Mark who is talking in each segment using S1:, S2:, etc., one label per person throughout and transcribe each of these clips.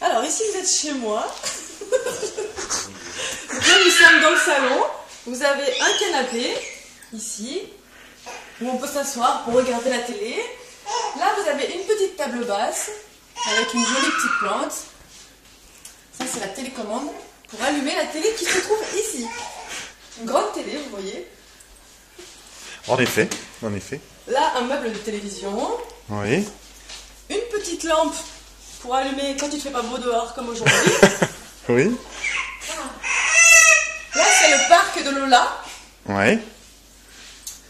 S1: Alors ici vous êtes chez moi. Donc là, nous sommes dans le salon. Vous avez un canapé ici où on peut s'asseoir pour regarder la télé. Là vous avez une petite table basse avec une jolie petite plante. Ça c'est la télécommande pour allumer la télé qui se trouve ici. Une grande télé, vous voyez.
S2: En effet, en effet.
S1: Là un meuble de télévision,
S2: Oui.
S1: une petite lampe pour allumer quand il ne fait pas beau dehors comme aujourd'hui.
S2: Oui.
S1: Là, c'est le parc de Lola.
S2: Ouais.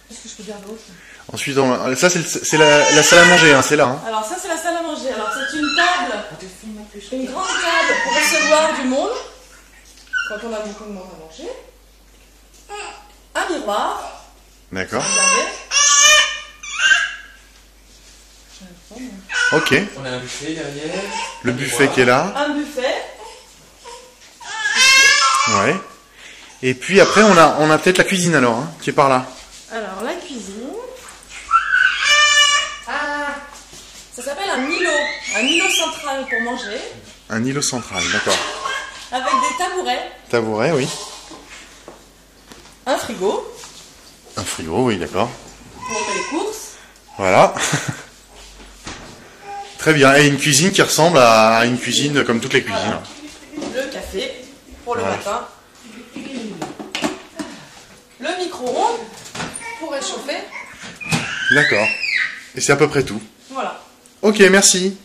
S1: Qu'est-ce que je peux dire d'autre
S2: Ensuite, on- ça, c'est le- c'est la, la salle à manger, hein, c'est là. hein.
S1: Alors, ça, c'est la salle à manger. Alors, c'est une table, une grande table pour recevoir du monde quand on a beaucoup de monde à manger. Un miroir,
S2: D'accord.
S1: regardez.
S2: Ok.
S3: On a un buffet derrière.
S2: Le buffet qui est là.
S1: Un buffet.
S2: Ouais. Et puis après, on a, on a peut-être la cuisine alors, hein, qui est par là.
S1: Alors, la cuisine. Ah Ça s'appelle un îlot. Un îlot central pour manger
S2: Un îlot central, d'accord.
S1: avec des tabourets.
S2: Tabouret, oui.
S1: Un frigo
S2: Un frigo, oui, d'accord.
S1: pour faire les courses.
S2: Voilà. Très bien. Et une cuisine qui ressemble à une cuisine comme toutes les cuisines.
S1: le café pour le
S2: Ouais.
S1: matin, le micro-ondes pour réchauffer.
S2: D'accord. Et c'est à peu près tout.
S1: Voilà.
S2: Ok, merci.